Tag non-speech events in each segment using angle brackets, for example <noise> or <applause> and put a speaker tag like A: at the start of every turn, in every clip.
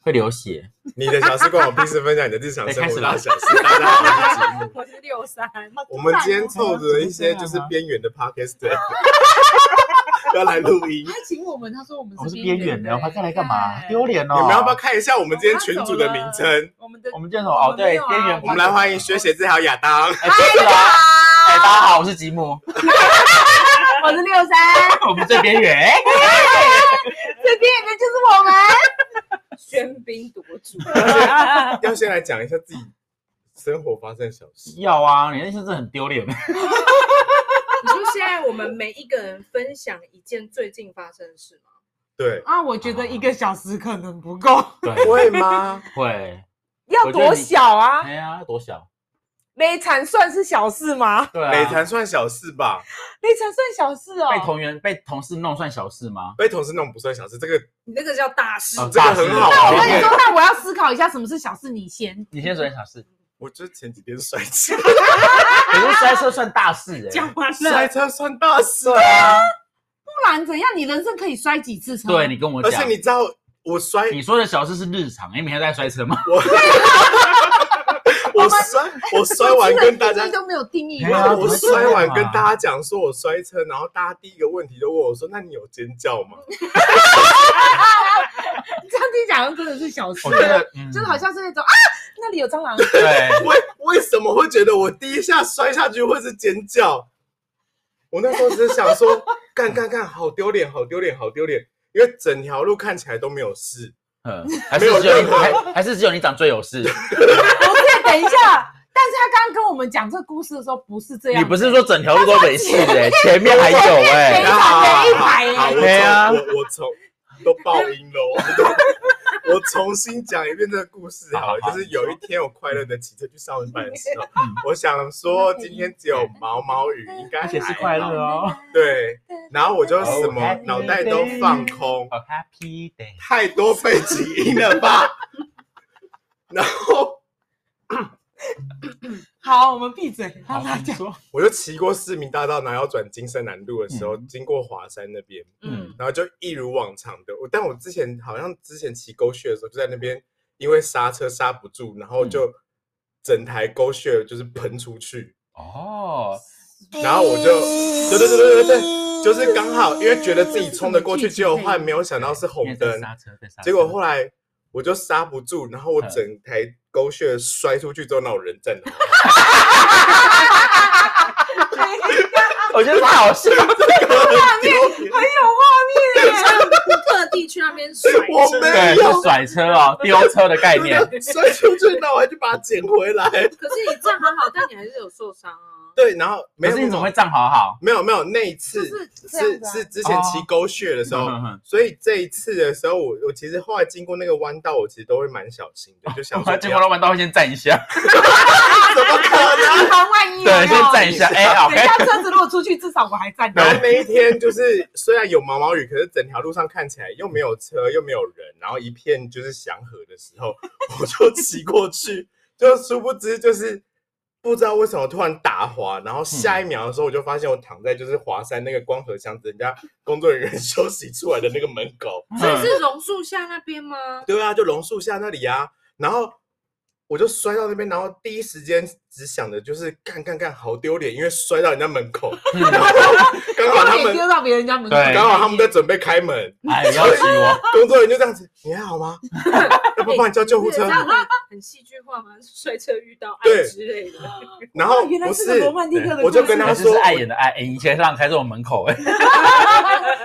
A: 会流血。
B: 你的小事关我平时分享你的日常生活大小事。 <laughs> 大家好，我是
C: 我是六三，
B: 我们今天凑着一些就是边缘的 podcaster，要来录 <laughs> 音。
C: 他请我们，他说我们
A: 我是
C: 是
A: 边缘的，我
C: 他
A: 还再来干嘛？丢。脸哦！
B: 你们要不要看一下我们今天群组的名称？
C: 我们的
A: 我们今天什么？哦，对，
C: 我们没有
A: 边
C: 啊
A: 缘。
B: 我们来欢迎薛鞋子还有亚当。
A: 哎，不是啊！哎，大家好，我是吉姆， <laughs>
C: 我是六三，
A: 我们最边 <laughs> 缘。
C: 这边的就是我们，喧宾夺主。
B: <laughs>
C: <laughs>
B: 要先来讲一下自己生活发生的小事。
A: 要啊，你那次真的很丢脸。
D: 你说现在我们每一个人分享一件最近发生的事吗？
B: 对，
C: 啊，我觉得一个小时可能不够，
A: 对，
B: <laughs> 会吗？
A: 会。
C: 要多小啊？
A: 哎呀，多小？
C: 累惨算是小事吗？
A: 对
B: 美
A: 啊。
B: 谈算小事吧，
C: 累惨算小事哦
A: 被。同员、被同事弄算小事吗？
B: 被同事弄不算小事，这个
D: 你那个叫大事，
A: 哦
B: 这个很好
C: 那
B: 啊。
C: 我跟
B: 因
C: 你
B: 为
C: 说，那我要思考一下什么是小事。你先
A: 你先说点小事，
B: 我就是前几天摔 <laughs> 车，
A: 可是摔车算大事哎。
B: <laughs>
C: 完
B: 摔车算大事
A: 对啊，
C: 不然怎样？你人生可以摔几次车？
A: 对你跟我
B: 而
A: 讲
B: 且，你知道我摔，
A: 你说的小事是日常，因为每天在摔车吗？
B: 我 <laughs> 我摔我摔完跟大家
C: 定义。都没有定义
A: 对啊
C: 过。
B: 我摔完跟大家讲说我摔车，然后大家第一个问题都问我说：“那你有尖叫吗
C: 这样听起来好像真的是小事
A: 我，觉得，嗯
C: 就是好像是那种啊，那里有蟑
A: <laughs>
C: 螂，
A: 对，？”
B: 为为什么会觉得我第一下摔下去会是尖叫？我那时候只是想说，干干干，好丢脸，好丢脸，好丢脸，因为整条路看起来都没有事。
A: 嗯，还
B: 没
A: 是
B: 有
A: 只有你
B: 任何
A: 还还是只有你长最有事？
C: 不是，等一下。但是他刚刚跟我们讲这个故事的时候，不是这样。
A: 你不是说整条路都没事哎，前面还有
C: 非
A: 哎
C: 常，非常
B: 好好，
A: 对啊
B: 好我从我我从都爆音了，我都我重新讲一遍这个故事好了，
A: 好好
B: 就是有一天我快乐的骑车去上班的时候
A: 嗯，
B: 我想说今天只有毛毛雨，应该
A: 而且是
B: 还好
A: 快乐哦。
B: 对，然后我就什么
A: Happy
B: 脑袋都放空，
A: 好 happy day，
B: 太多背景音了吧？然后
C: 好，我们闭嘴，让他
A: 好，你
C: 讲。
A: 说，
B: 我就骑过市民大道，然后要转金山南路的时候，经过华山那边，
A: 嗯
D: 嗯，
B: 然后就一如往常的，我但我之前好像之前骑狗血的时候，就在那边因为刹车刹不住，然
A: 嗯
B: 后就整台狗血就是喷出去，
A: 哦，
B: 然后我就对对对对对对，就是刚好因为觉得自己冲得过去，结果后来没有想到是红
A: 因为在
B: 灯，
A: 刹车，在刹车，
B: 结果后来我就刹不住，然后我
A: 嗯
B: 整台狗血摔出去之后，那我人站
A: <laughs>
B: 了，
C: 哎
A: 我觉得太好笑了，
B: 这个很丢脸
D: 你像特地去那边甩
B: 我
D: 车，
B: 没
A: 对，
B: 有
A: 就甩车哦，丢车的概念，
B: 对摔出去，那我还去把它捡回来。
D: 可是你站很好，但你还是有受伤啊。
B: 对，然后没
A: 可
B: 有
A: 是你怎么会站好好？
B: 没有没有那一次
C: 就是这样
B: 是
C: 子啊
B: 是之前骑
A: 哦
B: 狗血的时候，
A: 嗯嗯嗯
B: 所以这一次的时候，我我其实后来经过那个弯道，我其实都会蛮小心的，就想说不
A: 结
B: 要
A: 果老板都会先站一下，
B: 怎么可能？
C: 以防万一有没有
A: 对，先站一下，哎
C: 等一
A: ，OK，
C: 下车子如果出去，至少我还站着
B: 然。后那一天就是虽然有毛毛雨，可是整条路上看起来又没有车又没有人，然后一片就是祥和的时候， <laughs> 我就骑过去，就殊不知就是不知道为什么突然打滑，然后下一秒的时候我就发现我躺在就是华山那个光合箱子人家工作人员 <laughs> 休息出来的那个门口，
D: 所以是榕树下那边吗？
B: 对啊，就榕树下那里啊，然后。我就摔到那边，然后第一时间只想着就是干干干，好丢脸，因为摔到人家门口，
A: 嗯
B: 然后刚好他
C: 丢脸
B: 们
C: <laughs> 丢到别人家门口，
A: 对
B: 刚好他们在准备开门，
A: 哎，不要急我，
B: 工作人员就这样子，你还好吗？要不帮你叫救护车
D: 你知？道很很戏剧化吗？摔车遇到爱
B: 对
D: 之类的，
B: 然后
C: 哦原来
B: 不
C: 是个
B: 是，
C: 罗曼蒂克的故事，
B: 我就跟他
A: 这
B: 说
A: 是碍眼的碍，哎，你先让开在我门口，哎，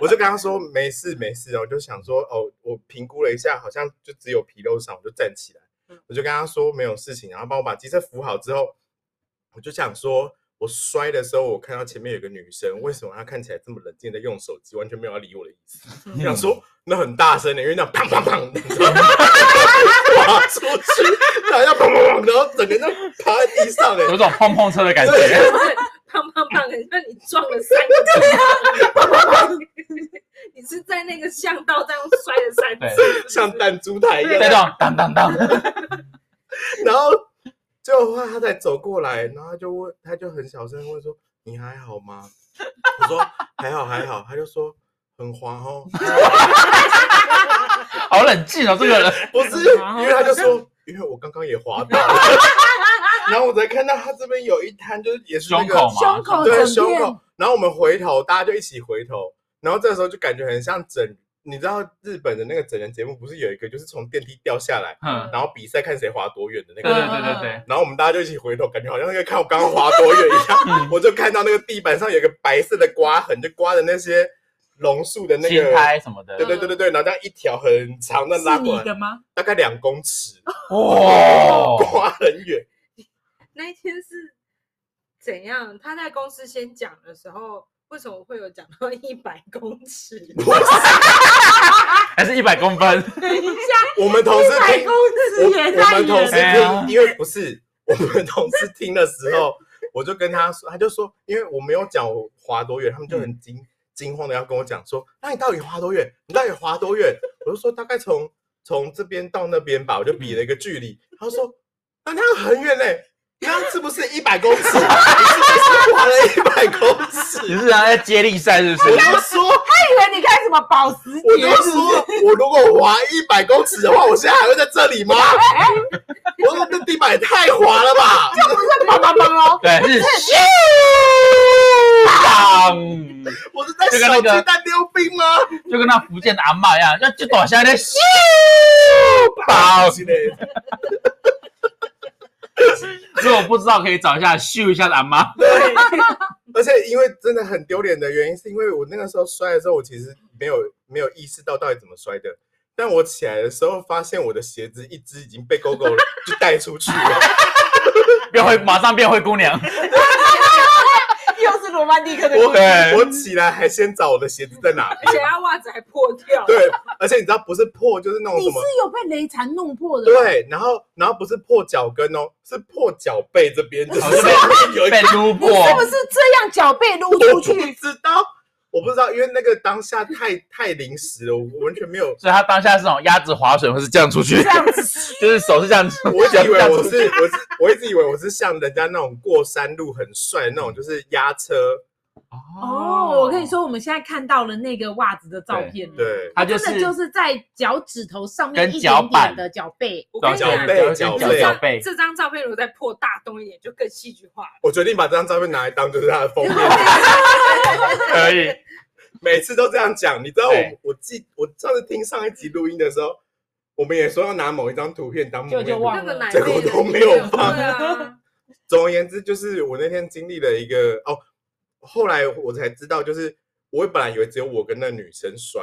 B: 我就跟他说没事没事哦，我就想说哦，我评估了一下，好像就只有皮肉伤，我就站起来
D: 嗯，
B: 我就跟他说没有事情，然后帮我把机车扶好之后，我就想说。我摔的时候，我看到前面有个女生，为什么她看起来这么冷静，在用手机，完全没有要理我的意思。我想说，那很大声的，因为那样砰砰砰，你知道吗？滑出去，然后要砰砰砰，然后整个人就趴在地上哎、
A: 有种碰碰车的感
B: 对
A: 觉。
D: 胖胖胖，很像你撞了三个车。你是在那个巷道这样摔了三
A: 对
D: 次，
B: 像弹珠台一样。
A: 再这样当当当，
B: 然后最后的话他才走过来，然后他就问，他就很小声问说：“你还好吗？”我说：“还好，还好。”他就说：“很黄哦，
A: 好冷静哦，这个人。
B: 不是，
E: 然
C: 哦
E: 后
B: 因为他就说，因为我刚刚也滑倒了， <laughs> 然后我才看到他这边有一滩，就是也是那
A: 胸口
B: 个
A: 嘛
C: 胸口
B: 对
C: 哦整
B: 胸
C: 片
B: 口，然后我们回头，大家就一起回头，然后这时候就感觉很像整，你知道日本的那个整人节目，不是有一个就是从电梯掉下来，
A: 嗯，
B: 然后比赛看谁滑多远的那
A: 对对
B: 个。
A: 对对对，
B: 然后我们大家就一起回头，感觉好像那个看我刚刚滑多远一样
A: 嗯。
B: 我就看到那个地板上有一个白色的刮痕，就刮的那些榕树的那
A: 轻
B: 个，
A: 拍什么的
B: 对，对对对对，然后这样一条很长的拉
E: 是
B: 过
E: 你
B: 来，
E: 的哦吗？
B: 大概两公尺，
A: 哇，
B: <laughs> 刮很远。
D: 那一天是怎样？他在公司先讲的时候，为什么会有讲到一百公尺？
A: 还是一百公分，
B: <laughs>
C: 等一下，
B: 我们同事
C: 一百
B: 听，
C: 公 <laughs>
B: 我
C: 尺也
B: 我
C: 太
B: 们同事
C: <laughs> 远了。
A: 哎呀
B: 听，因为不是我们同事听的时候，我就跟他说，他就说，因为我没有讲我滑多远，他们就很惊惊慌的要跟我讲说，那你到底滑多远？你到底滑多远？ <laughs> 我就说大概从从这边到那边吧，我就比了一个距离。他说，啊，那样很远嘞。那是不是一百公尺？你是 <laughs> 不是滑了一百公
A: <laughs> 你
B: 尺？
A: 是想在接力赛是不
B: 我
A: 是？
B: 就说，
C: 他以为你看什么保时
B: 我
C: 捷
B: 就，说，我如果滑一百公尺的话，我现在还会在这里吗？ <laughs> 我说这地板也太滑了吧！ <laughs>
C: 棒棒棒哦！
A: 对，啊是咻，当
B: <laughs> 我是在
A: 这个
B: 小
A: 那个
B: 鸡蛋溜冰 <laughs> 吗？
A: <laughs> 就跟那福建的阿嬷一样，那就倒下来咻，当。
B: 之类的。
A: 如果不知道，可以找一下咻一下的阿 <laughs> 妈。
B: <laughs> 而且因为真的很丢脸的原因，是因为我那个时候摔的时候，我其实没有没有意识到到底怎么摔的。但我起来的时候，发现我的鞋子一只已经被狗狗就带出去了。
A: 变灰，马上变灰姑娘。
C: <laughs> 又是罗曼蒂克的故事。
A: 对
B: 我我起来还先找我的鞋子在哪
D: 而且
B: 边。
D: 他袜子还破掉。
B: <laughs> 对，而且你知道不是破就是那种
C: 你
B: 什
C: 是
B: 么。
C: 有被雷残弄破的，
B: 对，然后然后不是破脚跟哦，是破脚背这边，就是
A: 哦这边
B: 上面有一
A: 被撸
C: 你
A: 破，
C: 是不是这样脚背撸出
B: 我不 <laughs>
C: 去？
B: 知道，我不知道，因为那个当下太太临时了，我完全没有。
A: 所以他当下是那种鸭子划水，或是这样出去，
C: 这样子，
A: <laughs> 就是手是这样子。
B: 我一直以
A: 这样
B: 为
A: 出
B: 我是我是我一直以为我是像人家那种过山路很帅的那种，就是压车，
C: 哦，我跟你，说，我们现在看到了那个袜子的照片，
B: 对，
A: 他就
C: 真的
A: 是
C: 就是在脚趾头上面
A: 跟
C: 一
A: 脚
C: 点点
A: 板
C: 的脚背，
D: 我跟你
B: 脚
D: 讲，
A: 脚
B: 背脚
D: 这
B: 背
A: 脚
D: 张
A: 啊背，
D: 这张照片如果再破大洞一点，就更戏剧化了。
B: 我决定把这张照片拿来当就是他的封面，
A: 可以。
B: 每次都这样讲。你知道我
A: 对
B: 我记我上次听上一集录音的时候，我们也说要拿某一张图片当
C: 就
B: 封
C: 就
B: 面
C: 忘
B: 图。
C: 了
D: 那个奶
B: 结
D: 妹
B: 果
D: 的
B: 都
D: 也
B: 没有
C: 放
D: 对啊，
B: 总而言之，就是我那天经历了一个哦，后来我才知道，就是我本来以为只有我跟那女生摔，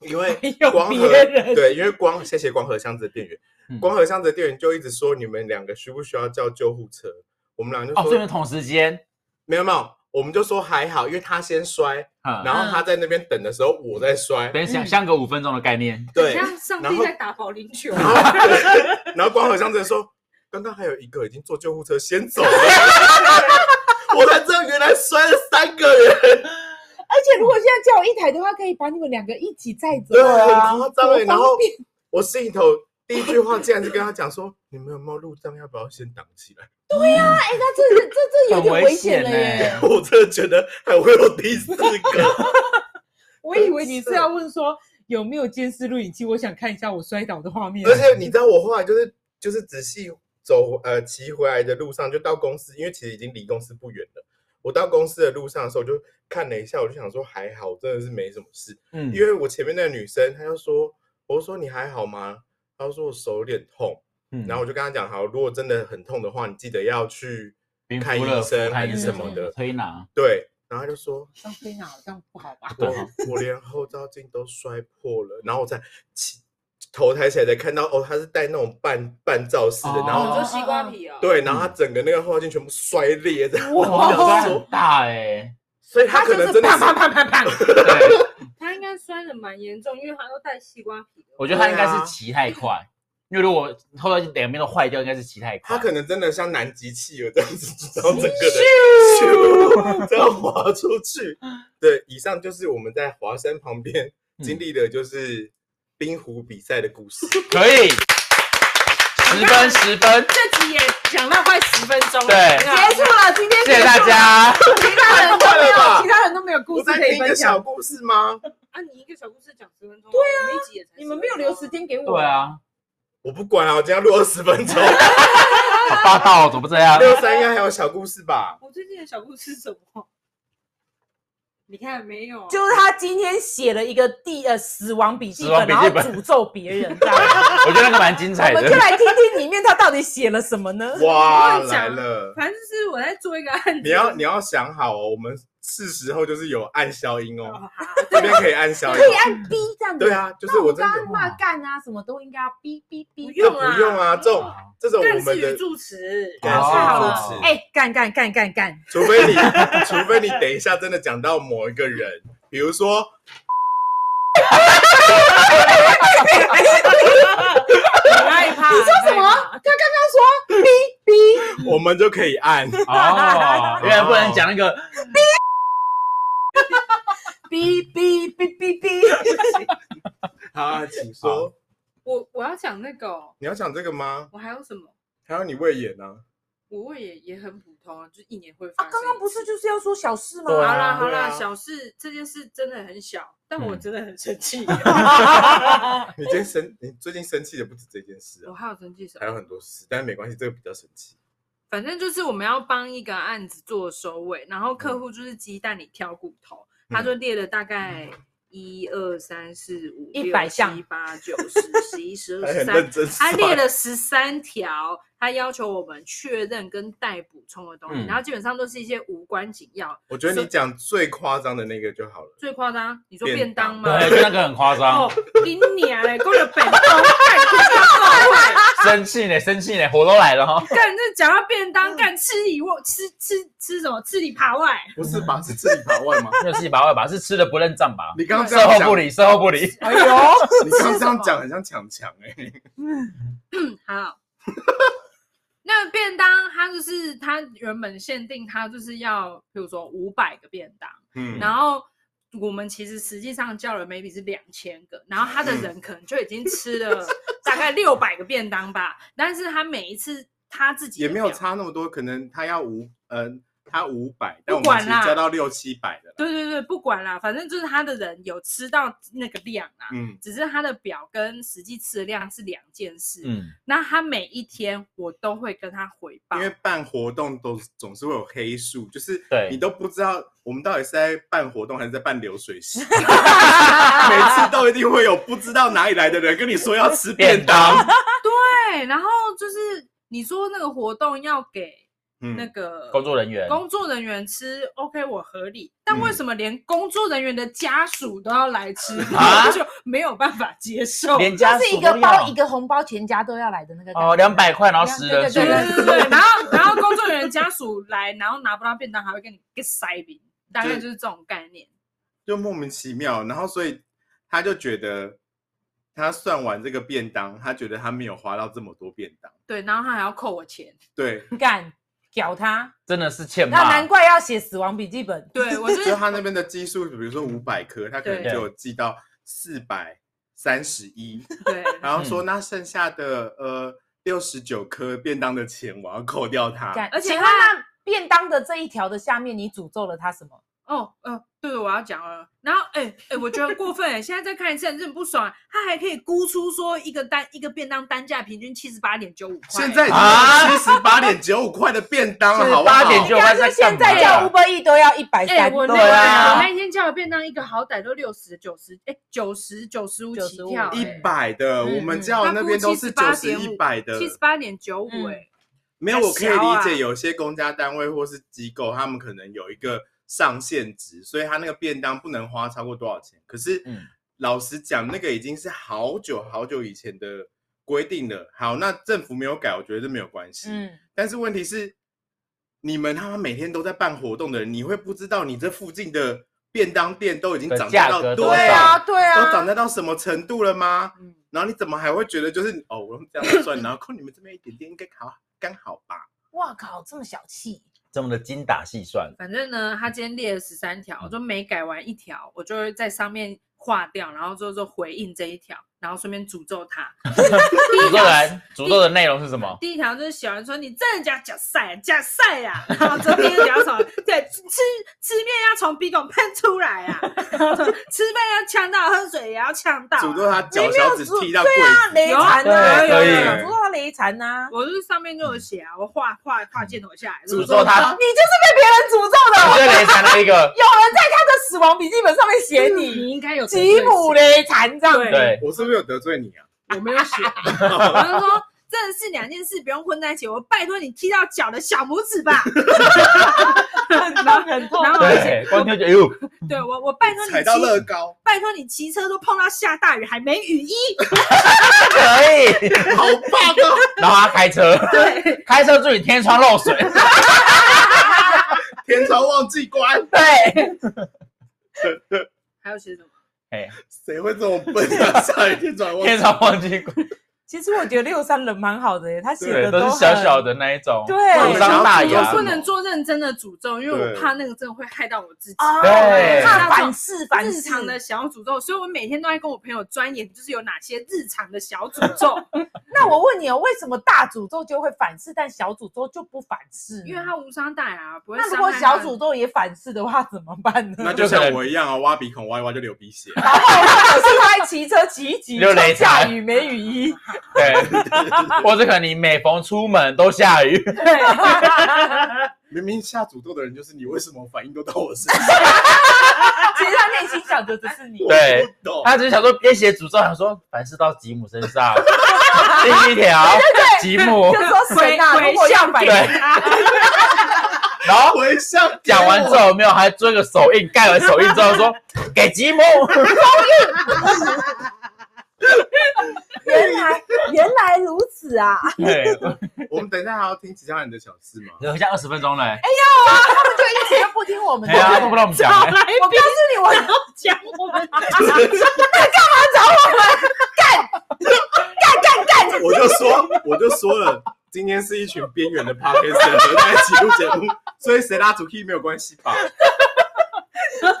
B: 因为
C: 有
B: 光
C: 别
B: 和
C: 人
B: 对，因为光谢谢光和箱子的店员，
A: 嗯
B: 光和箱子的店员就一直说你们两个需不需要叫救护车？我们俩就
A: 哦，所以
B: 说、
A: 你们同时间，
B: 没有没有，我们就说还好，因为他先摔，
A: 嗯，
B: 然后嗯
C: 啊
B: 他在那边等的时候我在摔，
A: 等相相隔五分钟的概念，
B: 对，
D: 很像上
B: 然
D: 帝
B: 后
D: 在打保龄
B: <laughs>
D: 球。
B: 然后 <laughs> 然后光和箱子说，刚刚还有一个已经坐救护车先走了， <laughs> 我才知道原来摔了三个人，
C: 而且如果现在叫我一台的话，可以把你们两个一起载走。
B: 对啊，很夸张欸
C: 多
B: 然后
C: 方便
B: 我心里头第一句话竟然是跟他讲说，你们有没有路障？要不要先挡起来？ <laughs>
C: 哎，那这这这有
A: 很
C: 点危
A: 危险
C: 险了
A: 呢
C: 耶！
B: 我真的觉得还会有第四个，
C: 我以为你是要问说有没有监视录影器，我想看一下我摔倒的画面。
B: 而且你知道我后来就是就是仔细走呃骑回来的路上，就到公司，因为其实已经离公司不远了。我到公司的路上的时候，我就看了一下，我就想说还好，真的是没什么事。
A: 嗯
B: 因为我前面那个女生，她就说，我就说你还好吗？她就说我手有点痛，
A: 嗯
B: 然后我就跟她讲，好，如果真的很痛的话，你记得要去
A: 冰
B: 看
A: 敷
B: 医
A: 热
B: 生
A: 敷
B: 还
A: 看
B: 是
A: 医
B: 什
A: 生
B: 么的。
A: 推拿，
B: 对，然后她就说，
C: 张飞哪这样不好吧？
B: 我
A: 对啊
B: 我连后照镜都摔破了，然后我才起头抬起来才看到，哦，她是戴那种半半罩式的，
A: 哦
B: 然后
D: 哦，你说西瓜皮哦。
B: 对，然后她整个那个后照镜全部摔裂的，
A: 哇，
B: 我
A: 摔
B: 想说
A: 哦很大哎，
B: 所以她可
C: 哦就
B: 能
C: 是
B: 真的
C: 啪
B: 是
C: 啪啪啪啪，
A: 对，
D: 他应该摔的蛮严重，因为他都带西瓜皮的。
A: 我觉得他应该
B: 对啊
A: 是骑太快，因为如果后来两边都坏掉，应该是骑太快。
B: 他可能真的像南极企鹅这样子，然后整
A: <laughs>
B: 个人咻 <laughs> 这样滑出
C: <laughs>
B: 去。对，以上就是我们在华山旁边
C: 嗯
B: 经历的，就是冰壶比赛的故事。
A: 可以。十分十分，
D: 这集也讲到快十分钟了，
A: 对
D: 你看
C: 结束了，今天
A: 谢谢大，家。
C: 其他人
B: 太
C: 都没
B: 快了吧
C: 有，其他人都没有故
B: 我
C: 事
B: 在
C: 可以
B: 听一
C: 分
B: 个小
C: 享，
B: 故事吗？
D: 啊，你一个小故事讲十分钟，对啊，我们一集也才
C: 你们没有
D: 10分钟
C: 留时间给我，
A: 对，啊，
B: 我不管啊，我今天录二十
C: <laughs>
B: 分钟，
A: 好霸道哦，怎么这样？
B: 六三应该还有小故事吧？
D: 我最近的小故事是什么？ <laughs> 你看没有？啊
C: 就是他今天写了一个地呃死亡笔记
A: 死亡笔
C: 本，然
A: 记
C: 后
A: 本
C: 诅咒别人，这样
A: 我觉得那个蛮精彩的
C: 我们就。来听听里面他到底写了什么呢？
B: 哇，
D: 我跟你
B: 来
C: <laughs>
D: 讲
B: 了！
D: 反正就是我在做一个案子，
B: 你要你要想好哦，我们是时候就是有按消音
D: 哦
B: 哦，
D: 好
B: 这边可以按消音
C: 可。以按 B 这样子，
B: 对，啊，就是我真
C: 刚
B: 的
C: 刚骂干啊什么都应该要 B B
D: <laughs>
C: B，
D: 不用
B: 不
D: 啊，
B: 用啊，这种这种
D: 干
B: 我
D: 事
B: 们
D: 与
B: 的，
D: 助词，
B: 干
A: 事与
D: 好
A: 助词
D: 了，
C: 哎、干干干干干，
B: 除非你 <laughs> 除非你等一下真的讲到某一个人，比如说
D: 很害怕。你说
C: 什么
D: 么？
C: 他刚刚说 B
B: <laughs> 我们就可以 <laughs> 按。
A: 哦，原来不能讲那
B: <laughs>
A: 个
C: B B B B B B，
B: 好啊，请说，
D: 我我要讲那个哦，
B: 你要讲这个吗？
D: 我还有什么？
B: 还有你胃炎啊？
D: 我胃也也很普通啊，就是一年会发
C: 啊，
D: 生一次。
C: 刚刚不是就是要说小事吗？
B: 对啊
D: 好啦好
B: 对啊
D: 啦，小事这件事真的很小，但我
A: 嗯
D: 真的很生气。
B: 你今天生，你最近生气的不止这件事
D: <laughs> 我
B: 啊，
D: 还有生气什
B: 还有
D: 么？
B: 很多事，但是没关系，这个比较神奇。
D: 反正就是我们要帮一个案子做收尾，然后
B: 嗯
D: 客户就是鸡蛋里挑骨头，他就列了大概一二三四五
C: 一百项
D: 七八九十十一十
B: 还
D: 二十
B: 很
D: 三
B: 认真
D: 他
B: 算，
D: 列了十三条，他要求我们确认跟待补充的东西，
A: 嗯
D: 然后基本上都是一些无关紧要。
B: 我觉得你讲最夸张的那个就好了。
D: 最夸张，你说
B: 便
D: 便当吗？
A: 对，就那个很夸张
D: 哦，，你娘嘞，给我本当干，你知道吗
A: 生气呢，生气呢，火都来了哈。
D: 干这讲到便当，干吃里外吃吃吃什么？吃里扒外。
B: 不是吧？是
D: 嗯
B: 吃里扒外吗？
A: 没有七八万吧，是吃的不认账吧？
B: <laughs> 你刚刚这
A: 售
B: 样
A: 后
B: 讲
A: 不，理，售后不理。
C: 哎呦，
B: 你刚刚这样讲很像强强哎。
D: 好， <laughs> 那便当它就是它原本限定它就是要，比如说五百个便当，
B: 嗯
D: <laughs> 然后我们其实实际上叫了 maybe 是两千个，然后他
B: 嗯
D: 的人可能就已经吃了大概六百个便当吧，但是他每一次他自己
B: 也
D: 的
B: 没有
D: 表
B: 差那么多，可能他要五，嗯，他五百，但我
D: 不
B: 们
D: 管
B: 其实
D: 啦
B: 加到六七百的啦。
D: 对对对，不管啦，反正就是他的人有吃到那个量啦，
B: 嗯，
D: 只是他的表跟实际吃的量是两件事。
A: <laughs> 嗯，
D: 那他每一天我都会跟他回报
B: 因，为办活动都总是会有黑数，就是
A: 对
B: 你都不知道我们到底是在办活动还是在办流水
D: <laughs>
B: 席，每次都一定会有不知道哪里来的人跟你说要吃便当，
D: 对，然后就是你说那个活动要给那
B: 嗯，
D: 个
A: 工作人员，
D: 工作人员吃，OK，我合理。但为
B: 嗯
D: 什么连工作人员的家属都要来吃，
A: 啊
D: <laughs> 我就没有办法接受？
A: 连家
C: 这
A: 属
C: 是一个
A: 都要
C: 包一个红包，全家都要来的那个感觉
A: 哦，两百块，然后十人数
D: 对
C: 对
D: 对
C: 对
D: 对对，然后然后工作人员家属来，然后拿不到便当，还会给你给塞饼，大概
B: 就
D: 就是这种概念。
B: 就莫名其妙。然后所以他就觉得他算完这个便当，他觉得他没有花到这么多便当，
D: 对，然后他还要扣我钱，
B: 对，
C: 干屌他，
A: 真的是欠
C: 那难
A: 骂。
C: 怪要写死亡笔记本。
D: 对我就
B: 就
A: <laughs>
B: 是是他那边的基数，比如说五百颗，他可能
D: 对
B: 就有寄到四百三十一，
D: 对
B: 然后说那剩下的呃六十九颗便当的钱，我要扣掉
A: 啊
B: 它。
C: 干，
D: 而且
C: 请问
D: 他
C: 那便当的这一条的下面，你诅咒了他什么？
D: 哦，呃，对，我要讲了。然后，哎、哎、我觉得过分、欸，现在再看一次，真的不爽、啊他还可以估出说一个单一个便当单价平均七十八点九五块欸，
B: 现在已经
A: 啊
B: 有七十八点九五块的便当了，好不好？
A: 八点九块
C: 但
A: 啊在
C: 是
A: 干
C: 现
A: 嘛
C: 在叫五百亿都要一百
D: 哎、
C: 三，
D: 我那
A: 对
D: 个我
A: 啊
D: 那一天叫的便当一个好歹都六十、九十，哎，九十、九十五起
C: 95
D: 跳、欸
B: 一百的，
C: 嗯
B: 我们叫那边都是九十一百的，
D: 七十八点九五，
C: 嗯
D: 哎，
B: 没有，我可以
D: 小
B: 理
D: 啊
B: 解有些公家单位或是机构，他们可能有一个上限值，所以他那个便当不能花超过多少钱。可是，
A: 嗯
B: 老实讲，那个已经是好久好久以前的规定了。好，那政府没有改，我觉得这没有关系。
C: 嗯，
B: 但是问题是，你们他妈每天都在办活动的人，你会不知道你这附近的便当店都已经
A: 的
B: 涨
A: 价
B: 价到
A: 格
B: 对
A: 多
C: 对啊，对
B: 都
C: 啊，
B: 涨价到什么程度了吗？
D: 嗯，
B: 然后你怎么还会觉得就是哦，我用这样来
C: <laughs>
B: 算，然后扣你们这边一点点，应该好刚好吧？
C: 哇靠，这么小气，
A: 这么的精打细算，
D: 反正呢，他今天列了十嗯三条，我就每改完一条，我就会在上面划掉，然后之后就回应这一条。然后顺便诅咒 <laughs> 他。
A: 诅咒人诅咒的内容是什么？
D: 第一条就是小人说你真的假假赛啊假赛呀， <laughs> 然后这边条什么？ <laughs> 对，吃吃面要从鼻孔喷出来啊， <laughs> 然后说吃饭要呛到，喝水也要呛到啊、
B: 诅咒他
C: 你
B: 脚
C: 没有
B: 小指
C: 诅
B: 踢到柜
C: 对
B: 子，
C: 啊，雷残啊，
A: 对可以
C: 诅咒他雷残啊，
D: 我就是上面就有写啊，我画画画箭头下来，
A: 诅咒他，
C: 你就是被别人诅咒
A: 我
C: 的。
A: 就雷残了一个，
C: 有人在他的死亡笔记本上面写
D: 嗯
C: 你
D: <laughs> 你应该有
C: 吉姆
D: 嘞，
C: 雷残障，
D: 对
A: 对，
B: 我是不是有得罪你啊？
D: 我没有
B: <laughs>
D: 写， <laughs> 我就说。真的是两件事不用混在一起，我拜托你踢到脚的小拇指 <laughs> 吧。
C: 很痛很痛。
D: 然后
A: 对，光听就哎呦，
D: 对我，我拜托你
B: 踩到乐
D: 骑，
B: 高，
D: 拜托你骑车都碰到下大雨还没雨衣，
A: 可以。
B: 好棒哦！
A: 然后他开车，
D: 对，
A: 开车注意天窗漏水，
B: 天窗忘记关，
A: 对，
D: 还有写什么？
A: 哎，
B: 谁会这么笨啊？下雨天窗忘记
A: <laughs> 天窗忘记关，
C: 其实我觉得六三人蛮好的耶，他写
A: 对，
C: 的
A: 都是
C: 很
A: 小小，的那一种，
C: 对
A: 无伤大
D: 我
A: 雅
D: 不，能做认真的诅咒，因为我
B: 对
D: 怕那个真的会害到我自己。
C: 哦
A: 对
C: 怕反噬反
D: 日
C: 噬
D: 常的。小诅咒，所以我每天都在跟我朋友钻研，就是有哪些日常的小诅 <laughs> 咒，
C: 那我问你哦，为什么大诅咒就会反噬，但小诅咒就不反噬呢？
D: 因为它无伤大雅，啊不会
C: 那
D: 伤害
C: 如
D: 到
C: 果
D: 人。
C: 小诅咒也反噬的话，怎么办呢？
D: <laughs>
B: 那就像我一样啊，挖鼻孔挖一挖就流鼻血。
C: 然后可是他还骑车骑一骑，
A: 就雷
C: 下
A: 惨
C: 雨没雨
D: <laughs>
C: 衣，
A: 对， <laughs> 或者可能你每逢出门都下雨，
B: 明明下诅咒的人就是你，为什么反应都到我身上？
C: 其实他内心想着只
A: <laughs>
C: 是你。
A: 对
B: 我不懂。
A: 他只是想说编写诅咒，想说凡事到吉姆身上。 <laughs> 第一条，吉姆
C: 就，说神啊，
D: 回
C: 如果要反
A: 对
C: 噬，
A: 然后
B: 回向给
A: 讲完之
B: 我，
A: 后没有，还做一个手印，盖完手印之后说给吉姆，
C: 原来原来如此啊！
D: <laughs>
A: 对，
B: <laughs> 我们等一下还要听其他人的小事吗？
A: 留下二十分钟嘞，
C: 他们就一直都不听我们
A: 哎呀，都
C: 的
A: 不。让我们讲
D: 好
A: 嘞，
D: 来
C: 我告诉你，我
D: 讲我 <laughs> 们
B: 我就说，我就说了，今天是一群边缘的 podcaster 合在一起录节目，所以谁拉主 key 没有关系吧？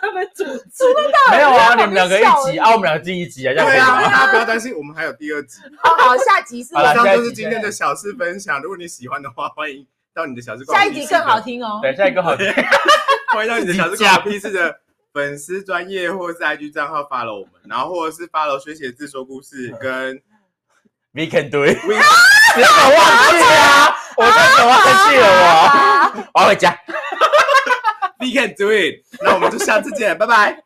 D: 他们诅
C: <laughs>
D: 咒，
A: 没有啊，你们两个一集啊，我们两个第一集啊，这
B: 对
A: 样可以吗？
B: 啊，大家不要担心，我们还有第二集。
C: 好好，下集是
A: 好啦
B: 以上
A: 下一集
B: 就是今天的小事分享，如果你喜欢的话，欢迎到你的小事馆
C: 下一集更好，听哦。
A: 等下一个好听，
B: <laughs> 欢迎到你的小事馆批示的粉丝专业或是 IG 账号 follow 我们，然后或者是 follow 学写字说故事跟
A: We can do it，
B: We
A: <laughs> 不要忘记啊，我真的忘记
C: <laughs>
A: 了我，我要回家。
B: We can do it。那我们就下次见，拜拜。